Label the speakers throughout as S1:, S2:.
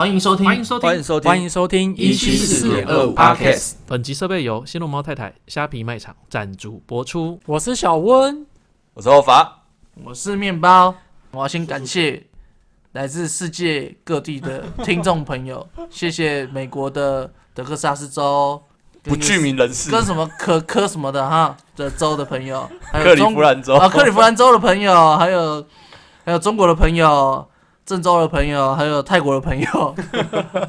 S1: 欢迎收听，
S2: 欢迎收听，
S3: 欢迎收听，
S4: 欢迎收听
S1: 174.25 Podcast
S2: 本集设备由新龙猫太太虾皮卖场赞助播出。
S4: 我是小温。
S3: 我是欧法，
S5: 我是面包，我要先感谢来自世界各地的听众朋友，谢谢美国的德克萨斯州
S3: 不具名人士，
S5: 跟什么科科什么的哈的州的朋友，还
S3: 克
S5: 有
S3: 里
S5: 中
S3: 夫兰州，
S5: 啊克利夫兰州的朋友，还有还有中国的朋友。郑州的朋友，还有泰国的朋友，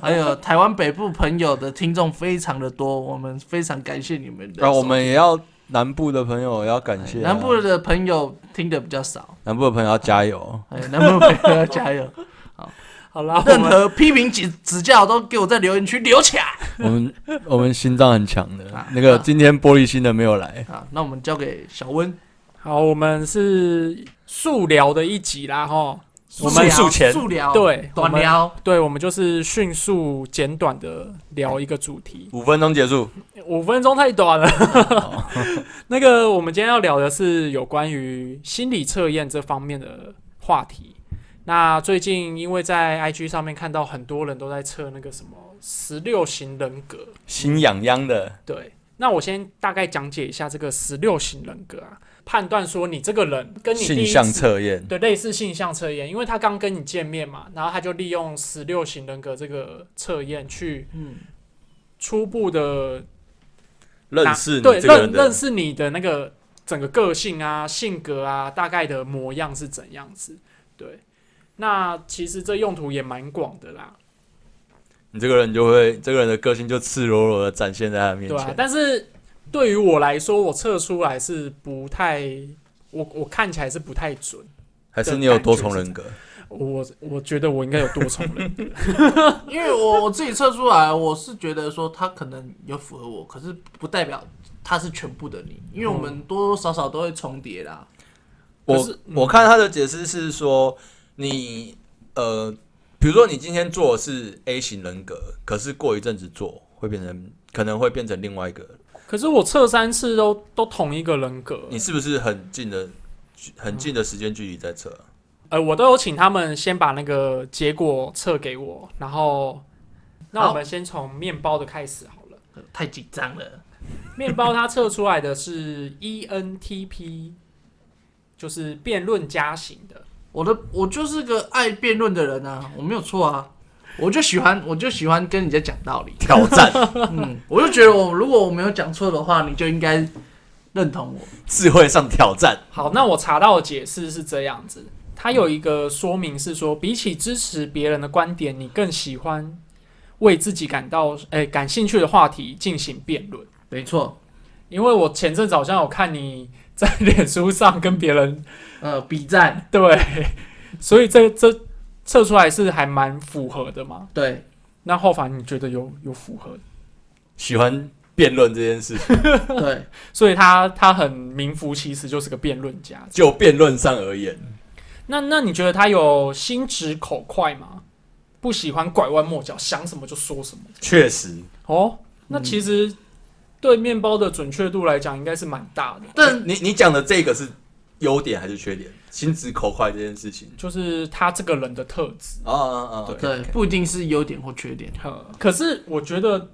S5: 还有台湾北部朋友的听众非常的多，我们非常感谢你们的收听。
S3: 然后我们也要南部的朋友也要感
S4: 哎
S3: 谢啊、
S5: 南部的朋友听的比较少，
S3: 南部的朋友要加 油，
S5: 哎，南部的朋友要加油。
S4: 好啦，我
S5: 任
S4: 们啊
S5: 何批评指指教都给我在留言区留起来。
S3: 我们我们心脏很强的。那个今天玻璃心的没有来，
S5: 啊，那我们交给小温。
S4: 好，我们是速聊的一集啦，哈。我
S3: 们
S5: 速
S3: 速前
S5: 速聊，
S4: 对我
S5: 短
S4: 们
S5: 聊，
S4: 对，我们就是迅速简短的聊一个主题，
S3: 五分钟结束，
S4: 五分钟太短了。哦 那个，我们今天要聊的是有关于心理测验这方面的话题。那最近因为在 IG 上面看到很多人都在测那个什么十六型人格，
S3: 心痒痒的，
S4: 对，那我先大概讲解一下这个十六型人格啊，判断说你这个人跟你第
S3: 性
S4: 一
S3: 向
S4: 次
S3: 测验，
S4: 对类似性向测验，因为他刚跟你见面嘛，然后他就利用十六型人格这个测验去
S5: 嗯，
S4: 初步的
S3: 认识你
S4: 对
S3: 这个
S4: 认
S3: 人
S4: 认
S3: 的
S4: 识你的那个整个个性啊、性格啊、大概的模样是怎样子。对，那其实这用途也蛮广的啦。
S3: 你这个人就会，这个人的个性就赤裸裸的展现在他面
S4: 对啊
S3: 前，。
S4: 但是对于我来说，我测出来是不太，我我看起来是不太准。
S3: 还是你有多重人格？
S4: 我我觉得我应该有多重人格，
S5: 因为我我自己测出来，我是觉得说他可能有符合我，可是不代表他是全部的你，因为我们多多少少都会重叠啦。
S4: 可
S3: 我
S4: 是嗯
S3: 我看他的解释是说，你呃，比如说你今天做的是 A 型人格，可是过一阵子做会变成，可能会变成另外一个，
S4: 可是我测三次都都同一个人格，
S3: 你是不是很近的距很近的时间距离在测？。
S4: 呃，我都有请他们先把那个结果测给我，然后那我们先从面包的开始好了。
S5: 呃太紧张了，
S4: 面包它测出来的是 E ENTP，就是辩论家型的。
S5: 我的我就是个爱辩论的人啊，我没有错啊，我就喜欢我就喜欢跟人家讲道理
S3: 挑战
S5: 嗯，我就觉得我如果我没有讲错的话，你就应该认同我。
S3: 智慧上挑战，
S4: 好，那我查到的解释是这样子，它有一个说明是说，比起支持别人的观点，你更喜欢为自己感到诶、感兴趣的话题进行辩论。
S5: 没错，
S4: 因为我前阵子好像有看你在脸书上跟别人
S5: 呃，比战
S4: 对，所以这这测出来是还蛮符合的嘛。
S5: 对。
S4: 那后凡你觉得有有符合？
S3: 喜欢辩论这件事，
S5: 对，
S4: 所以他他很名副其实就是个辩论家。
S3: 就辩论上而言，
S4: 那那你觉得他有心直口快吗？不喜欢拐弯抹角，想什么就说什么。
S3: 确实，
S4: 哦，那其实对面包的准确度来讲，应该是蛮大的。
S5: 但
S3: 你你讲的这个是优点还是缺点？心直口快这件事情，
S4: 就是他这个人的特质。
S3: 啊啊啊！
S5: 对不一定是优点或缺点。
S4: 呃，可是我觉得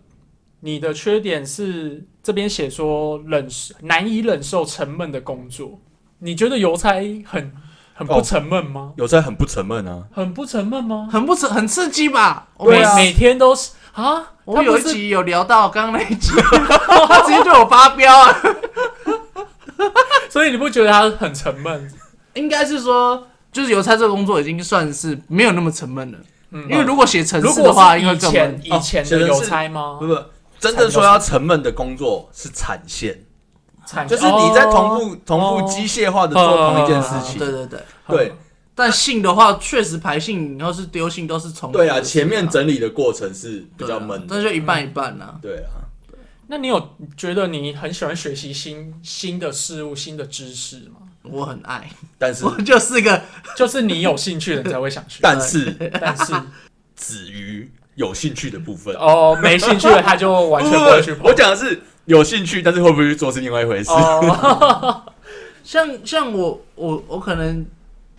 S4: 你的缺点是这边写说忍受难以忍受沉闷的工作。你觉得邮差很很不
S3: 哦
S4: 沉闷吗？
S3: 有在很不沉闷啊，
S4: 很不沉闷吗？
S5: 很不刺很刺激吧？我
S4: 每
S5: 们
S4: 每天都是啊，
S5: 我
S4: 他
S5: 们
S4: 不
S5: 有一
S4: 是
S5: 集有聊到刚刚那一集， 他直接对我发飙啊！
S4: 所以你不觉得他很沉闷？
S5: 应该是说，就是邮差这个工作已经算是没有那么沉闷了，
S4: 嗯
S5: 因为如果写城
S4: 如
S5: 市的
S4: 果
S5: 话，
S4: 是
S5: 应该
S4: 以
S5: 更
S4: 前
S5: 闷。
S4: 以前
S3: 哦
S4: 的邮差吗
S3: 不？不，真正说要沉闷的工作是产线，
S4: 产
S3: 就是你在重复重
S4: 哦
S3: 复机械化的做同一件事
S5: 啊
S3: 情，
S5: 对对对，
S3: 对，
S5: 但信的话，确实排信然后是丢信都是重复的
S3: 对
S5: 事
S3: 啊，
S5: 啊，
S3: 前面整理的过程是比
S5: 对啊
S3: 较闷
S5: 那
S3: 的，
S5: 就一半一半啦。
S3: 对啊。
S4: 那你有觉得你很喜欢学习新新的事物、新的知识 吗？
S5: 我很爱，
S3: 但是
S5: 我就是个
S4: 就是你有兴趣的你才 会想学，
S3: 但是
S4: 但是
S3: 止于有兴趣的部分。
S4: 哦，没兴趣的他就完全不会去碰
S3: 我。讲的是有兴趣，但是会不会去做是另外一回事。
S4: 哦，
S5: 像像我我我可能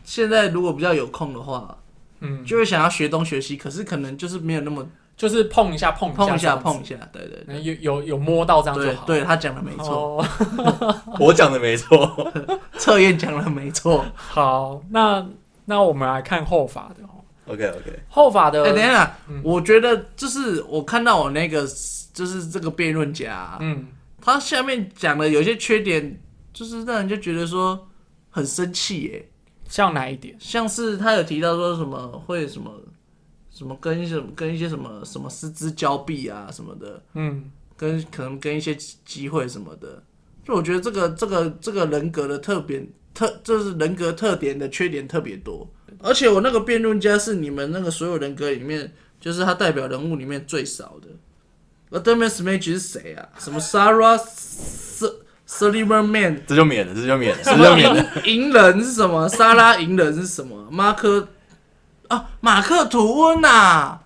S5: 现在如果比较有空的话，
S4: 嗯，
S5: 就会想要学东学西，可是可能就是没有那么
S4: 就是碰一下碰
S5: 碰一
S4: 一下
S5: 下
S4: 这样
S5: 碰
S4: 子
S5: 一下，对对
S4: 然后有有有摸到这样就
S5: 对
S4: 好，，
S5: 对他讲的没错，
S4: 哦。
S3: 我讲的没错，
S5: 测验讲的没 错。
S4: 好，那那我们来看后法的哦，
S3: OK OK，
S4: 后法的
S5: 哎、等一下，
S4: 嗯
S5: 我觉得就是我看到我那个就是这个辩论家啊、
S4: 嗯，
S5: 他下面讲的有些缺点，就是让人就觉得说很生气耶。
S4: 像哪一点？
S5: 像是他有提到说什么会什么什么跟什么跟一些什么什么师资交臂啊什么的，
S4: 嗯，
S5: 跟可能跟一些机会什么的。就我觉得这个这个这个人格的特别特，就是人格特点的缺点特别多。而且我那个辩论家是你们那个所有人格里面，就是他代表人物里面最少的。那对面 Smage 是谁啊？什么 Sarah S Silverman Man
S3: 这就免了，这就免了，这
S5: 什
S3: 就
S5: 么
S3: 免了。
S5: 银银人是什么？莎拉银人是什么？马克啊，马克吐温呐、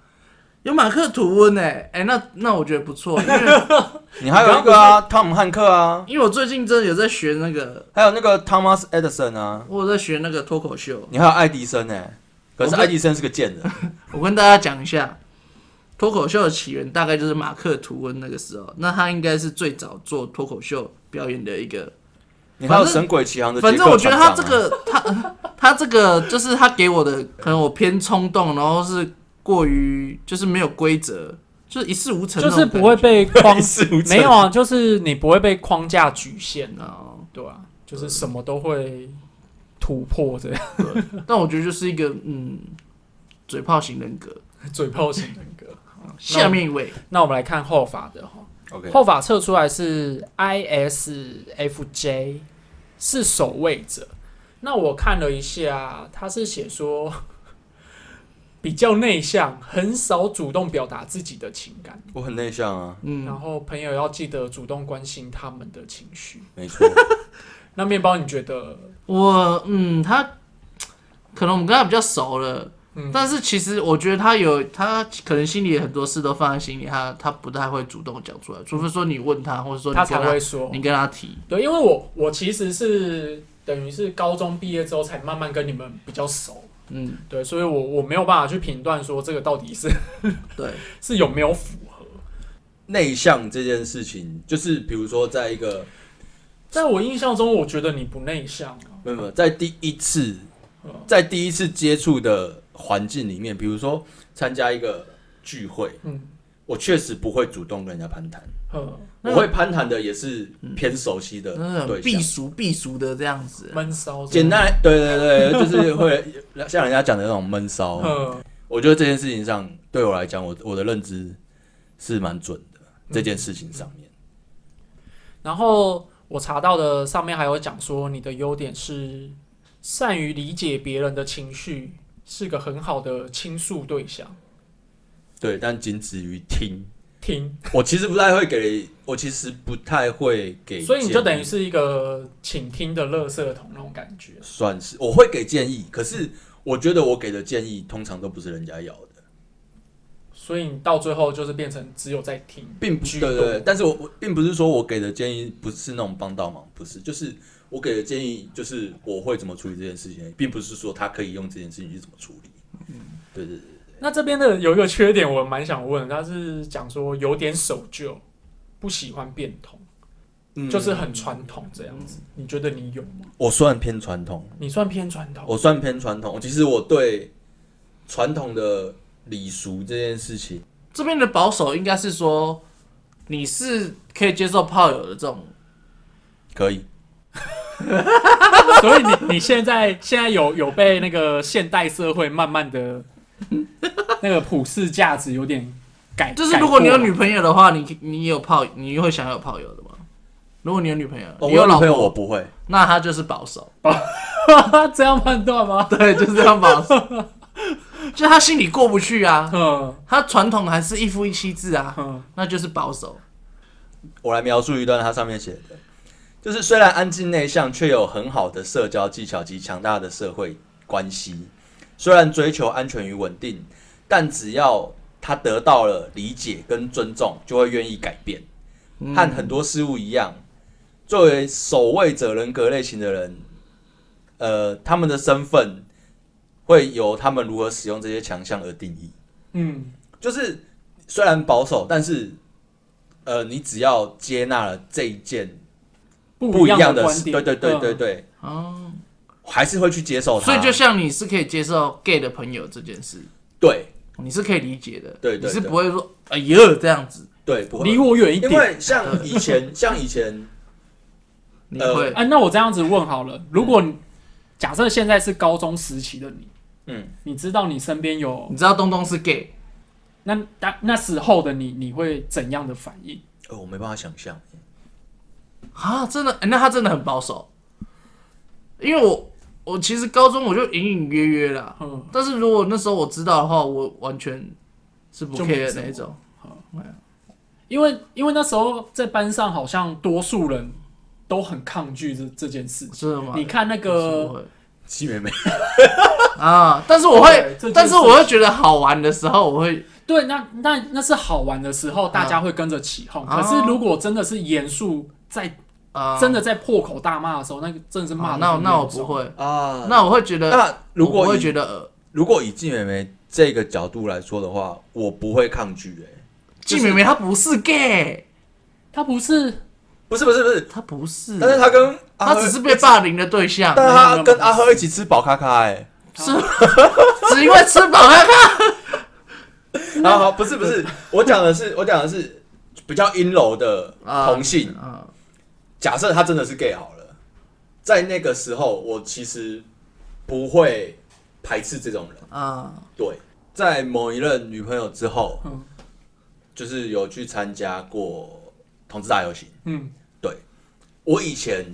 S5: 有马克吐温哎、欸、哎、那那我觉得不错，因为
S3: 你还有一个啊，汤姆汉克啊，
S5: 因为我最近真的有在学那个，
S3: 还有那个 Thomas Edison 啊，
S5: 我有在学那个脱口秀。
S3: 你还有爱迪生哎、可是
S5: 我不
S3: 爱迪生是个贱人，
S5: 我跟大家讲一下，脱口秀的起源大概就是马克吐温那个时候，那他应该是最早做脱口秀表演的一个
S3: 你还有
S5: 反正
S3: 神鬼奇航的、杰
S5: 反正
S3: 克
S5: 我觉得
S3: 船
S5: 他这
S3: 长啊
S5: 个他他这个就是他给我的，可能我偏冲动，然后是过于就是没有规则，就是一事无成那
S4: 就
S5: 种感
S4: 是
S5: 觉，
S4: 不会被 框
S3: 一事无，成
S4: 没有啊，就是你不会被框架局限啊，
S5: 哦。
S4: 对啊，就是什么都会突破这样，
S5: 但我觉得就是一个嗯，嘴炮型人格。
S4: 嘴炮型人格。
S5: 下面一位，
S4: 那我们来看后法的哦哈，
S5: 啊
S3: OK，
S4: 后法测出来是 ISFJ 是守卫者。那我看了一下，他是写说 比较内向，很少主动表达自己的情感，
S3: 我很内向啊，
S5: 嗯，
S4: 然后朋友要记得主动关心他们的情绪。
S3: 没错，
S4: 那面包，你觉得？
S5: 我嗯，他可能我们跟他比较熟了，
S4: 嗯，
S5: 但是其实我觉得他有他可能心里很多事都放在心里，他他不太会主动讲出来，除非说你问他，或者说你
S4: 他
S5: 跟
S4: 才会说
S5: 你跟他提。
S4: 对，因为我我其实是等于是高中毕业之后才慢慢跟你们比较熟，
S5: 嗯，
S4: 对，所以我我没有办法去评断说这个到底是
S5: 对，
S4: 是有没有符合。
S3: 内向这件事情，就是比如说在一个
S4: 在我印象中，我觉得你不内向啊、
S3: 没有没有，在第一次在第一次接触的环境里面，比如说参加一个聚会，
S4: 嗯
S3: 我确实不会主动跟人家攀谈，
S4: 呃，
S3: 我会攀谈的也是偏熟悉的
S5: 真的很
S3: 对
S5: 呃避
S3: 象。
S5: 俗避俗的这样子。
S4: 闷骚，
S3: 简，单来，对对对，就是会像人家讲的那种闷骚。
S4: 呃，
S3: 我觉得这件事情上，对我来讲，我我的认知是蛮准的。这件事情上面，
S4: 然后我查到的上面还有讲说，你的优点是善于理解别人的情绪，是个很好的倾诉对象。
S3: 对，但仅止于听。
S4: 听，
S3: 我其实不太会给，我其实不太会给建议，
S4: 所以你就等于是一个倾听的垃圾桶那种感觉。
S3: 算是我会给建议，可是我觉得我给的建议通常都不是人家要的，
S4: 所以你到最后就是变成只有在听，
S3: 并不
S4: 居
S3: 对
S4: 多
S3: 对对，但是我我并不是说我给的建议不是那种帮倒忙，不是，就是我给的建议就是我会怎么处理这件事情，并不是说他可以用这件事情去怎么处理。
S4: 嗯
S3: 对对对，
S4: 那这边的有一个缺点，我蛮想问，他是讲说有点守旧，不喜欢变通，
S3: 嗯
S4: 就是很传统这样子。你觉得你有吗？
S3: 我算偏传统，
S4: 你算偏传 统，
S3: 我算偏传统，其实我对传统的礼俗这件事情，
S5: 这边的保守应该是说，你是可以接受炮友的这种，
S3: 可以，
S4: 所以你你现在 现在有有被那个现代社会慢慢的那个普世价值有点改，
S5: 就是如果你有
S4: 改
S5: 女
S4: 过
S5: 朋友的话，你你有炮，你会想要有炮友的吗？如果你有女朋友，
S3: 哦我
S5: 你有
S3: 女
S5: 老
S3: 朋友
S5: 婆，
S3: 我不会，
S5: 那他就是保守，
S4: 来这样判断吗？
S5: 对，就是这样保守， 就他心里过不去啊，
S4: 嗯
S5: 他传统还是一夫一妻制啊，
S4: 嗯
S5: 那就是保守，
S3: 我来描述一段它上面写的，就是虽然安静内向，却有很好的社交技巧及强大的社会关系。虽然追求安全与稳定，但只要他得到了理解跟尊重，就会愿意改变。和很多事物一样，作为守卫者人格类型的人，呃，他们的身份会由他们如何使用这些强项而定义。
S4: 嗯，
S3: 就是虽然保守，但是呃，你只要接纳了这一件
S4: 不
S3: 一样
S4: 的
S3: 的
S4: 观
S3: 事，
S4: 点，
S3: 对对对对
S4: 嗯，
S3: 对，
S5: 哦，
S3: 还是会去接受它。
S5: 所以就像你是可以接受 gay 的朋友这件事，
S3: 对
S5: 你是可以理解的，
S3: 对对对
S5: 你是不会说哎呦这样子，
S3: 对，不
S4: 离
S3: 会，
S4: 我远一
S3: 因
S4: 点。
S3: 为像以前，像以前，
S5: 你
S3: 呃
S5: 会、
S4: 啊，那我这样子问好了，如果你假设现在是高中时期的你，
S3: 嗯，
S4: 你知道你身边有
S5: 你知道东东是 gay，
S4: 那那那时候的你，你会怎样的反应？
S3: 呃，我没办法想象，
S5: 啊，真的、欸那他真的很保守，因为我我其实高中我就隐隐约约啦，
S4: 嗯，
S5: 但是如果那时候我知道的话，我完全是不
S4: 就没
S5: care 的
S4: 什么
S5: 那一种。
S4: 因为因为那时候在班上好像多数人都很抗拒这这件事情。
S5: 真的吗？
S4: 你看那
S5: 不
S4: 个，
S5: 会
S3: 季妹妹，
S5: 啊，但是我
S4: 对
S5: 会
S4: 这就，是
S5: 但是我会觉得好玩的时候，我会
S4: 对，那那那是好玩的时候，大家会跟着起哄。
S5: 啊
S4: 可是如果真的是严肃，在
S5: 啊，
S4: 真的在破口大骂的时候，那个真的是骂
S5: 啊
S4: 得
S5: 那
S4: 很
S5: 那我
S4: 严重
S5: 不。会，
S3: 啊
S5: 那我会觉得，
S3: 那如果
S5: 我会
S3: 以
S5: 觉得呃
S3: 如果以季妹妹这个角度来说的话，我不会抗拒、欸。
S5: 季美美她不是 gay，
S4: 他不是
S3: 不是不是不是，
S5: 她不是，
S3: 但是她跟阿
S5: 嗯她
S3: 赫
S5: 只是被，霸凌的对象，
S3: 但她跟阿赫一起吃宝咖咖、欸，
S5: 只因为吃饱了她
S3: 哎， 啊好，不是不是，我讲的是我讲的是比较阴柔的
S5: 啊
S3: 同性，
S5: 啊，
S3: 假设他真的是 gay 好了，在那个时候，我其实不会排斥这种人。
S5: 啊，
S3: 对，在某一任女朋友之后，
S4: 嗯
S3: 就是有去参加过同志大游行。
S4: 嗯
S3: 我以前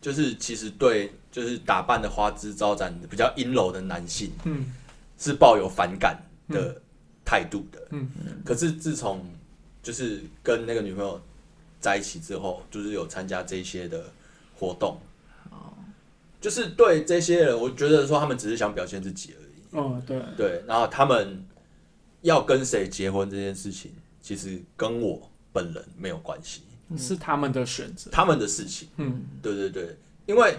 S3: 就是其实对就是打扮的花枝招展、比较阴柔的男性
S4: 嗯
S3: 是抱有反感的态度的。
S4: 嗯
S3: 可是自从就是跟那个女朋友在一起之后，就是有参加这些的活动，就是对这些人，我觉得说他们只是想表现自己而已。
S4: 嗯，对，
S3: 对，然后他们要跟谁结婚这件事情，其实跟我本人没有关系，
S5: 嗯
S4: 是他们的选择。
S3: 他们的事情。
S4: 嗯
S3: 对对对，因为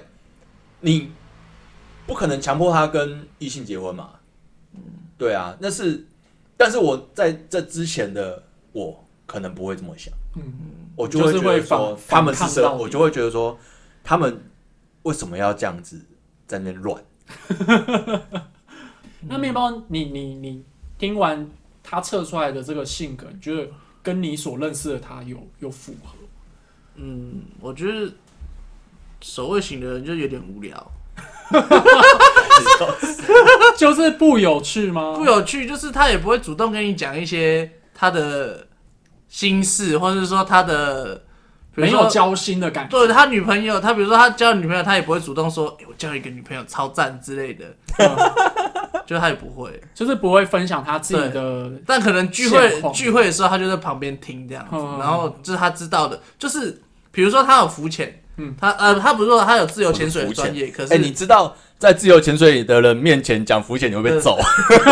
S3: 你不可能强迫他跟异性结婚嘛。对啊，那是，但是我在这之前的我可能不会这么想，
S4: 嗯，
S3: 我就会
S4: 就是
S3: 觉得
S4: 会反
S3: 说他们是
S4: 反抗
S3: 社，
S4: 到底
S3: 我就会觉得说他们为什么要这样子在那边乱？
S5: 嗯
S4: 那面包，你你你听完他测出来的这个性格，你觉得跟你所认识的他有有符合？
S5: 嗯，我觉得守卫型的人就有点无聊，
S4: 就是不有趣吗？
S5: 不有趣，就是他也不会主动跟你讲一些他的心事，或者是说他的，比如
S4: 没
S5: 说
S4: 有交心的感觉。
S5: 对他女朋友，他比如说他交女朋友，他也不会主动说，欸、我交一个女朋友超赞之类 的，就他也不会。
S4: 就是不会分享他自己的，
S5: 但可能聚
S4: 现
S5: 会
S4: 况
S5: 聚会的时候，他就在旁边听这样子，
S4: 嗯
S5: 然后就是他知道的，就是比如说他有浮潜，
S4: 嗯
S5: 他呃他不是说他有自由潜水
S3: 浮
S5: 的
S3: 潜
S5: 专业，可
S3: 哎、
S5: 是
S3: 你知道在自由潜水的人面前讲浮潜你会被揍，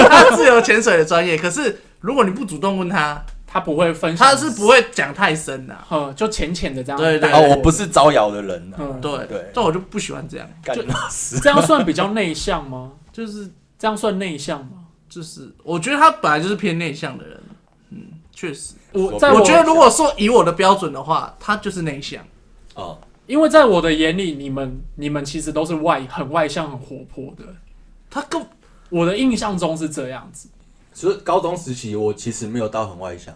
S5: 他自由潜水的专业，可是如果你不主动问他，
S4: 他不会分享，
S5: 他是不会讲太深的、啊
S4: 呃，就浅浅的这样。
S5: 对对
S4: 带
S5: 对
S4: 过
S3: 哦，我不，是招摇的人、啊，
S4: 嗯，
S5: 对
S3: 对
S5: 但我就不喜欢这样，
S3: 干
S4: 就
S3: 老师。
S4: 这样算比较内向吗？
S5: 就是
S4: 这样算内向吗？
S5: 就是，我觉得他本来就是偏内向的人，嗯，确实。
S4: 我
S3: 我
S4: 在
S3: 我
S5: 我觉得如果说以我的标准的话，他就是内向。
S3: 哦，
S4: 因为在我的眼里，你们你们其实都是外很外向、很活泼的。
S5: 他更
S4: 我的印象中是这样子，
S3: 所以高中时期我其实没有到很外向，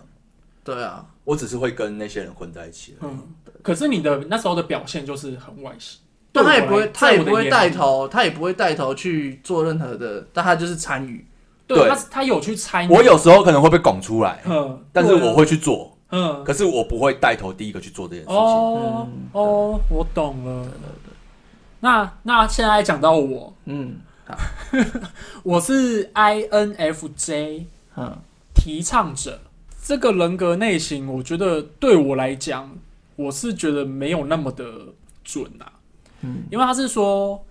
S5: 对啊，
S3: 我只是会跟那些人混在一起而已。
S4: 嗯。可是你的那时候的表现就是很外向，
S5: 但他也
S4: 对
S5: 不
S4: 我来
S5: 会，他也不
S4: 在我的
S5: 会
S4: 眼
S5: 带
S4: 里
S5: 头，他也不会带头去做任何的，但他就是参与。
S4: 对
S3: 对
S4: 他他有去参与，
S3: 我有时候可能会被拱出来，
S4: 嗯，
S3: 但是我会去做，
S4: 嗯
S3: 可是我不会带头第一个去做这件事情。
S4: 哦
S5: 嗯
S4: 哦，我懂了。那那现在讲到我，
S5: 嗯
S4: 我是 INFJ
S5: 嗯，
S4: 提倡者，这个人格类型，我觉得对我来讲，我是觉得没有那么的准啊。
S5: 嗯，
S4: 因为他是说，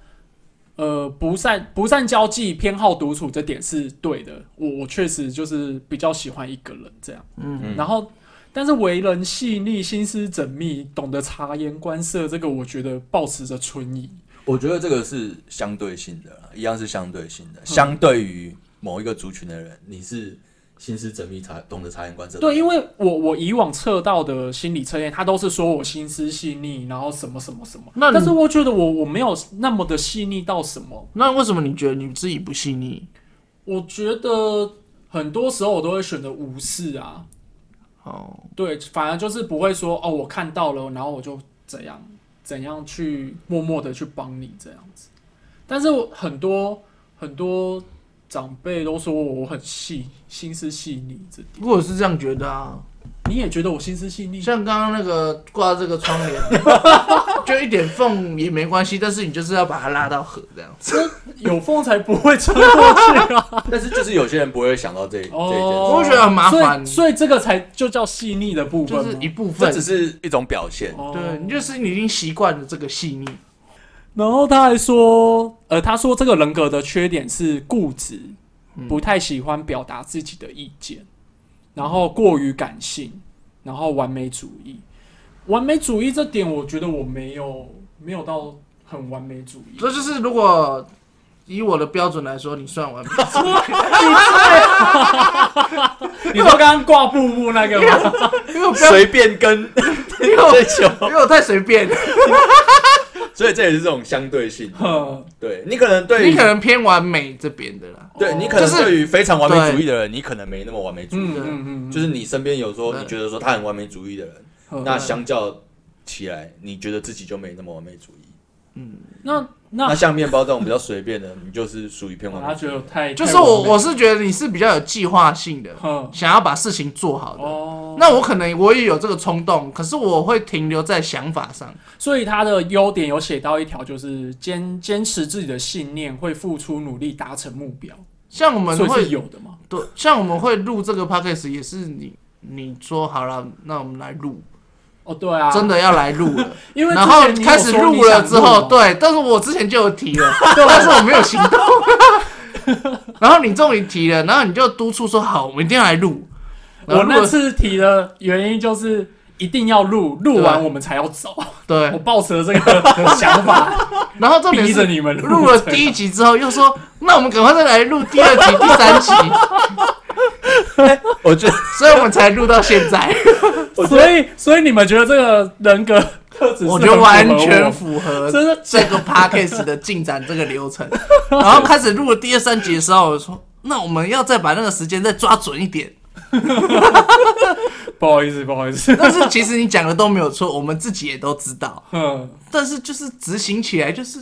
S4: 呃，不善不善交际，偏好独处，这点是对的。我我确实就是比较喜欢一个人这样。
S3: 嗯
S4: 然后，但是为人细腻、心思缜密、懂得察言观色，这个我觉得保持着存疑。
S3: 我觉得这个是相对性的啦，一样是相对性的。相对于某一个族群的人，你是心思缜密、察懂得察言观色的人。
S4: 对，因为我我以往测到的心理测验，他都是说我心思细腻，然后什么什么什么。
S5: 那你
S4: 但是我觉得我我没有那么的细腻到什么。
S5: 那为什么你觉得你自己不细腻？
S4: 我觉得很多时候我都会选择无视啊，
S5: 哦，
S4: 对，反而就是不会说哦，我看到了，然后我就怎样怎样去默默的去帮你这样子。但是我很多很多长辈都说我很细，心思细腻，这点
S5: 我也是这样觉得啊。
S4: 你也觉得我心思细腻？
S5: 像刚刚那个挂这个窗帘，就一点缝也没关系，但是你就是要把它拉到合这样子。
S4: 有缝才不会穿过去啊！
S3: 但是就是有些人不会想到这、这一件
S5: 我会
S3: 事
S5: 觉 得很麻烦
S4: 所以所以这个才就叫细腻的部分
S5: 就
S4: 吗，
S5: 是一部
S3: 这
S5: 分
S3: 只。是一种表现。
S4: 哦
S5: 对，你就是你已经习惯了这个细腻。
S4: 然后他还说，呃，他说这个人格的缺点是固执，不太喜欢表达自己的意见，然后过于感性，然后完美主义。完美主义这点，我觉得我没有没有到很完美主义。
S5: 这就是如果以我的标准来说，你算完美。
S4: 你说刚刚挂布布那 个吗？
S5: 因为我标，
S3: 随便跟
S5: 因为我
S3: 追求，
S5: 因为我太随便，
S3: 所以这也是这种相对性。
S4: 呵
S3: 对你可能对于
S5: 你可能偏完美这边的啦。
S3: 对你可能
S5: 就是
S3: 对于非常完美主义的人，你可能没那么完美主义。
S4: 嗯嗯嗯，哦
S3: 就是你身边有时候
S5: 对
S3: 你觉得说他很完美主义的人，
S4: 呵
S3: 那相较起来，你觉得自己就没那么完美主义。
S4: 那那
S3: 那像面包这种比较随便的，你就是属于偏完
S4: 他
S3: 美主
S4: 觉
S3: 义。
S4: 得太
S5: 就是
S4: 太完
S5: 我，
S4: 美
S5: 我是觉得你是比较有计划性的，
S4: 呵
S5: 想要把事情做好的。
S4: 哦，
S5: 那我可能我也有这个冲动，可是我会停留在想法上。
S4: 所以他的优点有写到一条，就是坚坚持自己的信念，会付出努力达成目标，
S5: 像我们
S4: 所以
S5: 会
S4: 是有的嘛。
S5: 对，像我们会录这个 podcast 也是你你说好了，那我们来录，
S4: 哦，对啊，
S5: 真的要来录了。
S4: 因为之
S5: 然后
S4: 前你有
S5: 开始
S4: 说你
S5: 录了
S4: 想
S5: 之后，
S4: 嘛，
S5: 对，但是我之前就有提 了，但是我没有行动。 然后你终于提了，然后你就督促说好，我们一定要来录。然后
S4: 我
S5: 录
S4: 那
S5: 了
S4: 次提的原因就是一定要录，录完
S5: 对
S4: 我们才要走。我
S5: 对，
S4: 抱持了这个 想法，
S5: 然后重点
S4: 逼着
S5: 是
S4: 你们
S5: 录了第一集之后，又说那我们赶快再来录第二集、第三 集，
S3: 我觉得
S5: 所以我们才录到现在。
S4: 这个，所以所以你们觉得这个人格特质是
S5: 我觉得完
S4: 很符合
S5: 全
S4: 我
S5: 符合
S4: 真的
S5: 这个 podcast 的进展这个流 程。然后开始录了第二三集的时候，我说那我们要再把那个时间再抓准一点。
S4: 不好意思，不好意 思，
S5: 但是其实你讲的都没有错，我们自己也都知道。
S4: 嗯，
S5: 但是就是执行起来就是，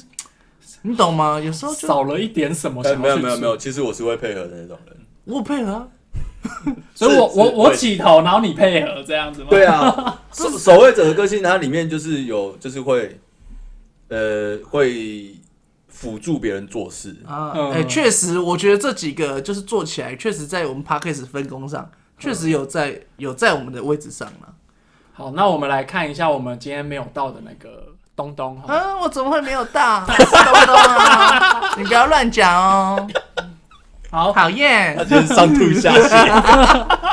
S5: 你懂吗？有时候就
S4: 少了一点什么
S3: 哎
S4: 想
S3: 没有
S4: 要去
S3: 没有没有，
S4: 做，
S3: 其实我是会配合的那种人。
S5: 我有配合啊，
S4: 所以我
S3: 是
S4: 我
S3: 是
S4: 我
S3: 会
S4: 起头，然后你配合这样子吗？
S3: 对啊， 守守卫者的个性，它里面就是有，就是会，呃，会辅助别人做事。
S5: 啊，
S4: 嗯
S5: 哎，确实，我觉得这几个就是做起来，确实在我们 p a c k a s e 分工上，确实有在有在我们的位置上了。
S4: 好，那我们来看一下我们今天没有到的那个东东哈。
S5: 啊，我怎么会没有 到？ 懂不懂啊？你不要乱讲哦，
S4: 好，
S5: 讨厌
S3: 他。就是上吐下泻。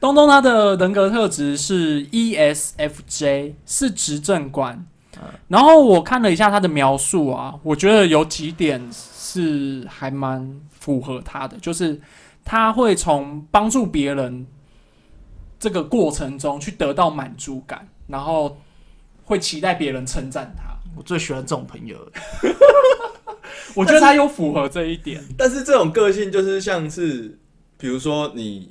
S4: 东东他的人格特质是 E ESFJ，是执政官。然后我看了一下他的描述啊，我觉得有几点是还蛮符合他的，就是他会从帮助别人这个过程中去得到满足感，然后会期待别人称赞他。
S5: 我最喜欢这种朋友了，
S4: 我觉得他有符合这一点。
S3: 但是这种个性就是像是，比如说你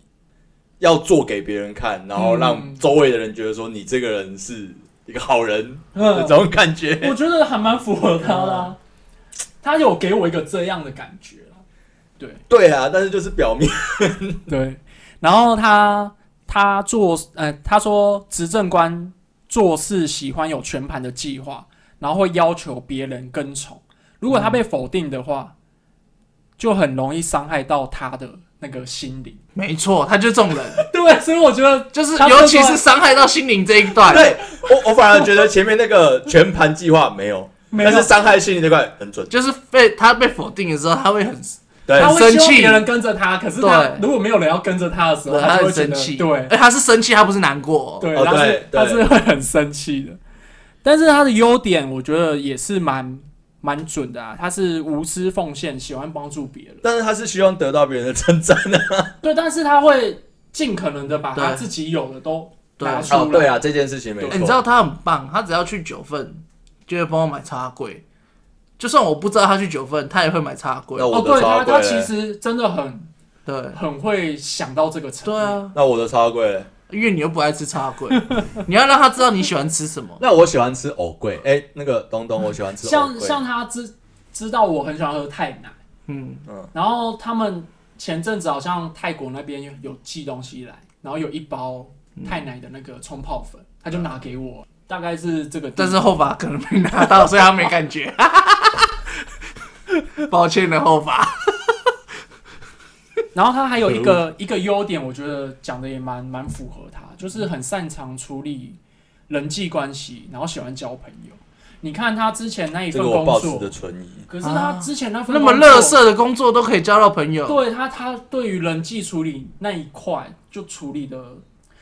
S3: 要做给别人看，然后让
S4: 嗯
S3: 周围的人觉得说你这个人是一个好人的
S4: 嗯
S3: 这种感觉。
S4: 我觉得还蛮符合他的啊、他有给我一个这样的感觉啊对
S3: 对啊，但是就是表 面。
S4: 对，然后他他做呃，他说执政官做事喜欢有全盘的计划，然后会要求别人跟从。如果他
S5: 嗯
S4: 被否定的话，就很容易伤害到他的那个心灵。
S5: 没错，他就这种人，
S4: 对，所以我觉得
S5: 就是
S4: 他
S5: 尤其
S4: 这
S5: 是
S4: 段
S5: 伤害到心灵这一段，
S3: 对我，我反而觉得前面那个全盘计划没有，
S4: 没
S3: 但
S4: 有
S3: 是伤害心理这块很准。
S5: 就是被他被否定的时候，他会很
S3: 对，
S4: 他会
S5: 生
S4: 希望
S5: 气
S4: 别人跟着他，可是他
S5: 对
S4: 如果没有人要跟着他的时候，
S5: 他
S4: 就
S5: 很
S4: 会觉
S5: 生
S4: 得
S5: 气，
S4: 对
S5: 哎，，他是生气，他不是难过、
S4: 对，
S3: 哦
S4: 他是
S3: 对
S4: 他
S3: 对
S4: 是会很生气的。但是他的优点，我觉得也是蛮蛮准的啊，他是无私奉献，喜欢帮助别人。
S3: 但是他是希望得到别人的称赞啊的。
S4: 对，但是他会尽可能的把他
S5: 对
S4: 自己有的都
S5: 对
S4: 拿出来。
S3: 哦，对啊，这件事情没
S5: 哎、
S3: 错。
S5: 你知道他很棒，他只要去九份，就会帮我买茶柜。就算我不知道他去九份，他也会买茶柜
S3: 那。我
S4: 哦，
S3: 的
S4: 对
S3: 超
S4: 他，
S3: 贵
S4: 他
S3: 嘞
S4: 其实真的很
S5: 对
S4: 很会想到这个层
S5: 对
S4: 面。
S5: 啊，
S3: 那我的超贵
S4: 哦
S3: 了。
S5: 因为你又不爱吃茶柜， 你要让他知道你喜欢吃什么。
S3: 那我喜欢吃藕桂，哎、那个东东，我喜欢吃藕
S4: 像
S3: 桂。
S4: 像他知知道我很喜欢喝泰奶，
S5: 嗯，
S4: 然后他们前阵子好像泰国那边有寄东西来，然后有一包泰奶的那个冲泡粉，他就拿给我，大概是这个地方。
S5: 但是后法可能没拿到，所以他没感觉。 抱歉的后法，
S4: 然后他还有一个一个优点，我觉得讲的也蛮蛮符合他，就是很擅长处理人际关系，然后喜欢交朋友。你看他之前那一
S3: 这
S4: 份
S3: 个我
S4: 工
S3: 抱持
S4: 作
S3: 的，啊存疑。
S4: 可是他之前那份
S5: 那么
S4: 工作
S5: 乐，色的工作都可以交到朋友，
S4: 对他他对于人际处理那一块就处理的，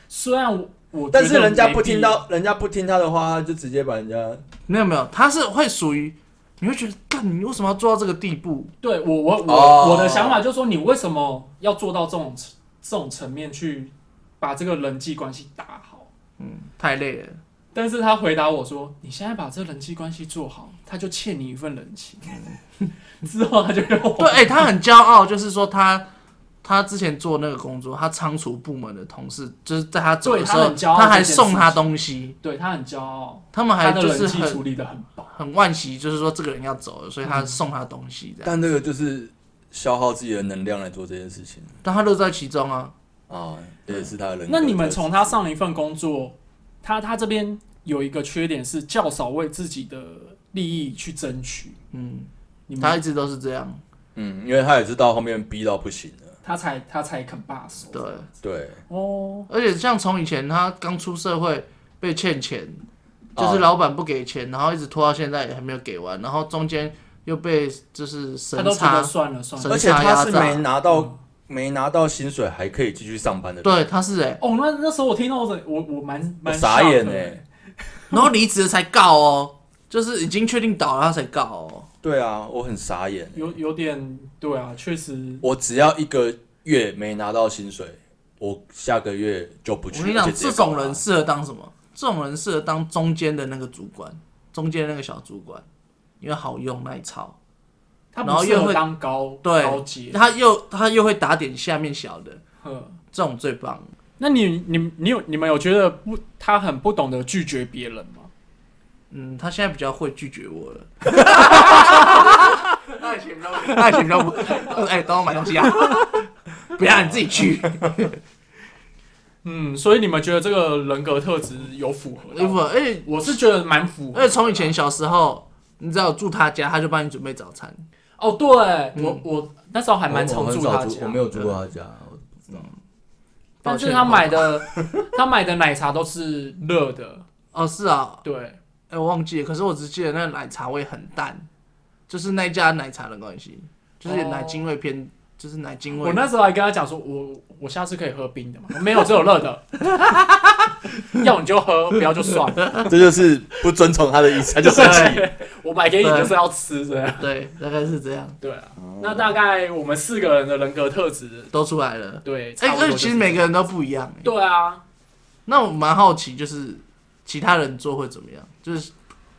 S4: 虽然我我
S3: 但
S4: 觉
S3: 是
S4: 得
S3: 人家
S4: 没
S3: 不
S4: 必
S3: 听到，人家不听他的话，他就直接把人家
S4: 啊
S5: 没有没有，他是会属于，你会觉得，干你为什么要做到这个地步？
S4: 对我我我、
S3: 哦
S4: 我的想法就是说，你为什么要做到这种这种层面去把这个人际关系打好？
S5: 太累了，
S4: 但是他回答我说：“你现在把这人际关系做好，他就欠你一份人情。 之后他就跟我
S5: 对，哎、他很骄傲，就是说他他之前做那个工作，他仓储部门的同事，就是在他走的时
S4: 对他
S5: 候，
S4: 很骄傲
S5: 他还
S4: 这件事
S5: 送他东西，
S4: 对他很骄傲，
S5: 他们
S4: 他
S5: 还
S4: 的
S5: 就
S4: 人
S5: 是
S4: 际处
S5: 很
S4: 理的很棒。
S5: 很惋惜，就是说这个人要走了，所以他送他东西这样，
S3: 但这个就是消耗自己的能量来做这件事情
S5: 但他乐在其中啊。
S3: 啊，这也是他的人格特质。
S4: 那你们从他上一份工作，他他这边有一个缺点是较少为自己的利益去争取。
S5: 嗯，
S4: 你们
S5: 他一直都是这样，
S3: 嗯，因为他也是到后面逼到不行了。
S4: 他才他才肯罢手。
S5: 对，
S3: 对，
S4: 哦，
S5: 而且像从以前他刚出社会被欠钱，
S3: 哦
S5: 就是老板不给钱，然后一直拖到现在也还没有给完，然后中间又被就是
S4: 他
S5: 审
S4: 都觉
S5: 查
S4: 得，算了算了。
S5: 审
S3: 而且
S5: 查
S3: 他
S5: 压
S3: 是
S5: 榨
S3: 没拿到
S4: 嗯
S3: 没拿到薪水，还可以继续上班的。，
S5: 对，他是哎、
S4: 哦，那那时候我听到我我我蛮
S3: 我
S4: 蛮
S3: 傻眼欸
S4: 呢、
S3: 呢、
S5: 然后离职了才告哦，就是已经确定倒了他才告哦。
S3: 对啊，我很傻眼欸、
S4: 有有点对啊，确实
S3: 我只要一个月没拿到薪水，我下个月就不
S5: 我
S3: 去。
S5: 跟你讲
S3: 就，直接
S5: 这种
S3: 告他
S5: 人适合当什么？这种人适合当中间的那个主管，中间那个小主管，因为好用耐操，
S4: 他
S5: 然
S4: 不
S5: 后
S4: 适
S5: 又
S4: 合
S5: 会
S4: 当高
S5: 对
S4: 高阶。
S5: 他又他又会打点下面小的，
S4: 呵
S5: 这种最棒。
S4: 那你你你有你们有觉得不他很不懂得拒绝别人吗？
S5: 嗯，他现在比较会拒绝我 了。他以前比较，他以前比较不， 哎，等我买东西啊， 不要你自己去。
S4: 嗯，所以你们觉得这个人格特质有符合到
S5: 不，
S4: 吗？
S5: 而且
S4: 我是觉得蛮符合
S5: 而且。哎从以前小时候，你只要有住他家，他就帮你准备早餐。
S4: 哦，对
S5: 嗯
S4: 我我那时候还蛮
S3: 我
S4: 常
S3: 很
S4: 住
S3: 少
S4: 他
S3: 住
S4: 家
S3: 我，没有住过他家，我不知道。
S5: 抱
S4: 但
S5: 歉
S4: 是他买的他买的奶茶都是热的，
S5: 哦，是啊，
S4: 对，
S5: 哎、我忘记了，可是我只记得那个奶茶味很淡，就是那一家奶茶的关系，就是
S4: 哦
S5: 奶精味偏，就是奶精味。
S4: 我那时候还跟他讲说，我我下次可以喝冰的嘛，没有只有热的， 要你就喝，不要就算了。
S3: 这就是不遵从他的意思，他就生气。
S4: 对，我买给你就是要吃，这样。
S5: 对，大概是这样，
S4: 对啊，
S5: 哦
S4: 那大概我们四个人的人格特质，
S5: 都出来了。
S4: 对，
S5: 哎、
S4: 差不多
S5: 而
S4: 就
S5: 且
S4: 是
S5: 其实每个人都不一样、哎
S4: 对啊，
S5: 那我蛮好奇，就是其他人做会怎么样？就是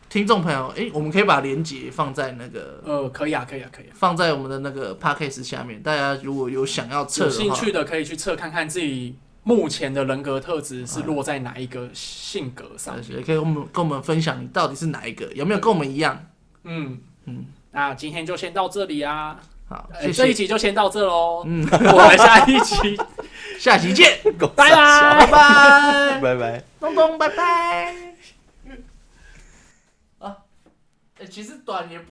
S5: 听众朋友，哎、我们可以把链接放在那个。
S4: 呃，可以啊，可以啊，可以啊。
S5: 放在我们的那个 p a c k a g e 下面，大家如果有想要测
S4: 有
S5: 的
S4: 兴
S5: 话，
S4: 趣的可以去测看看自己目前的人格特质
S5: 哦
S4: 是落在哪一个性格上
S5: 呃。也可以跟我们跟我们分享你到底是哪一个，有没有跟我们一样？
S4: 嗯嗯，那今天就先到这里啊，
S5: 好，
S4: 呃
S5: 谢
S4: 这一
S5: 谢，
S4: 集就先到这喽。嗯， 我们下一集
S5: 下期见，
S4: 拜拜。
S5: 拜。
S3: 拜拜。
S5: 东东，拜拜。啊，欸其实短也不。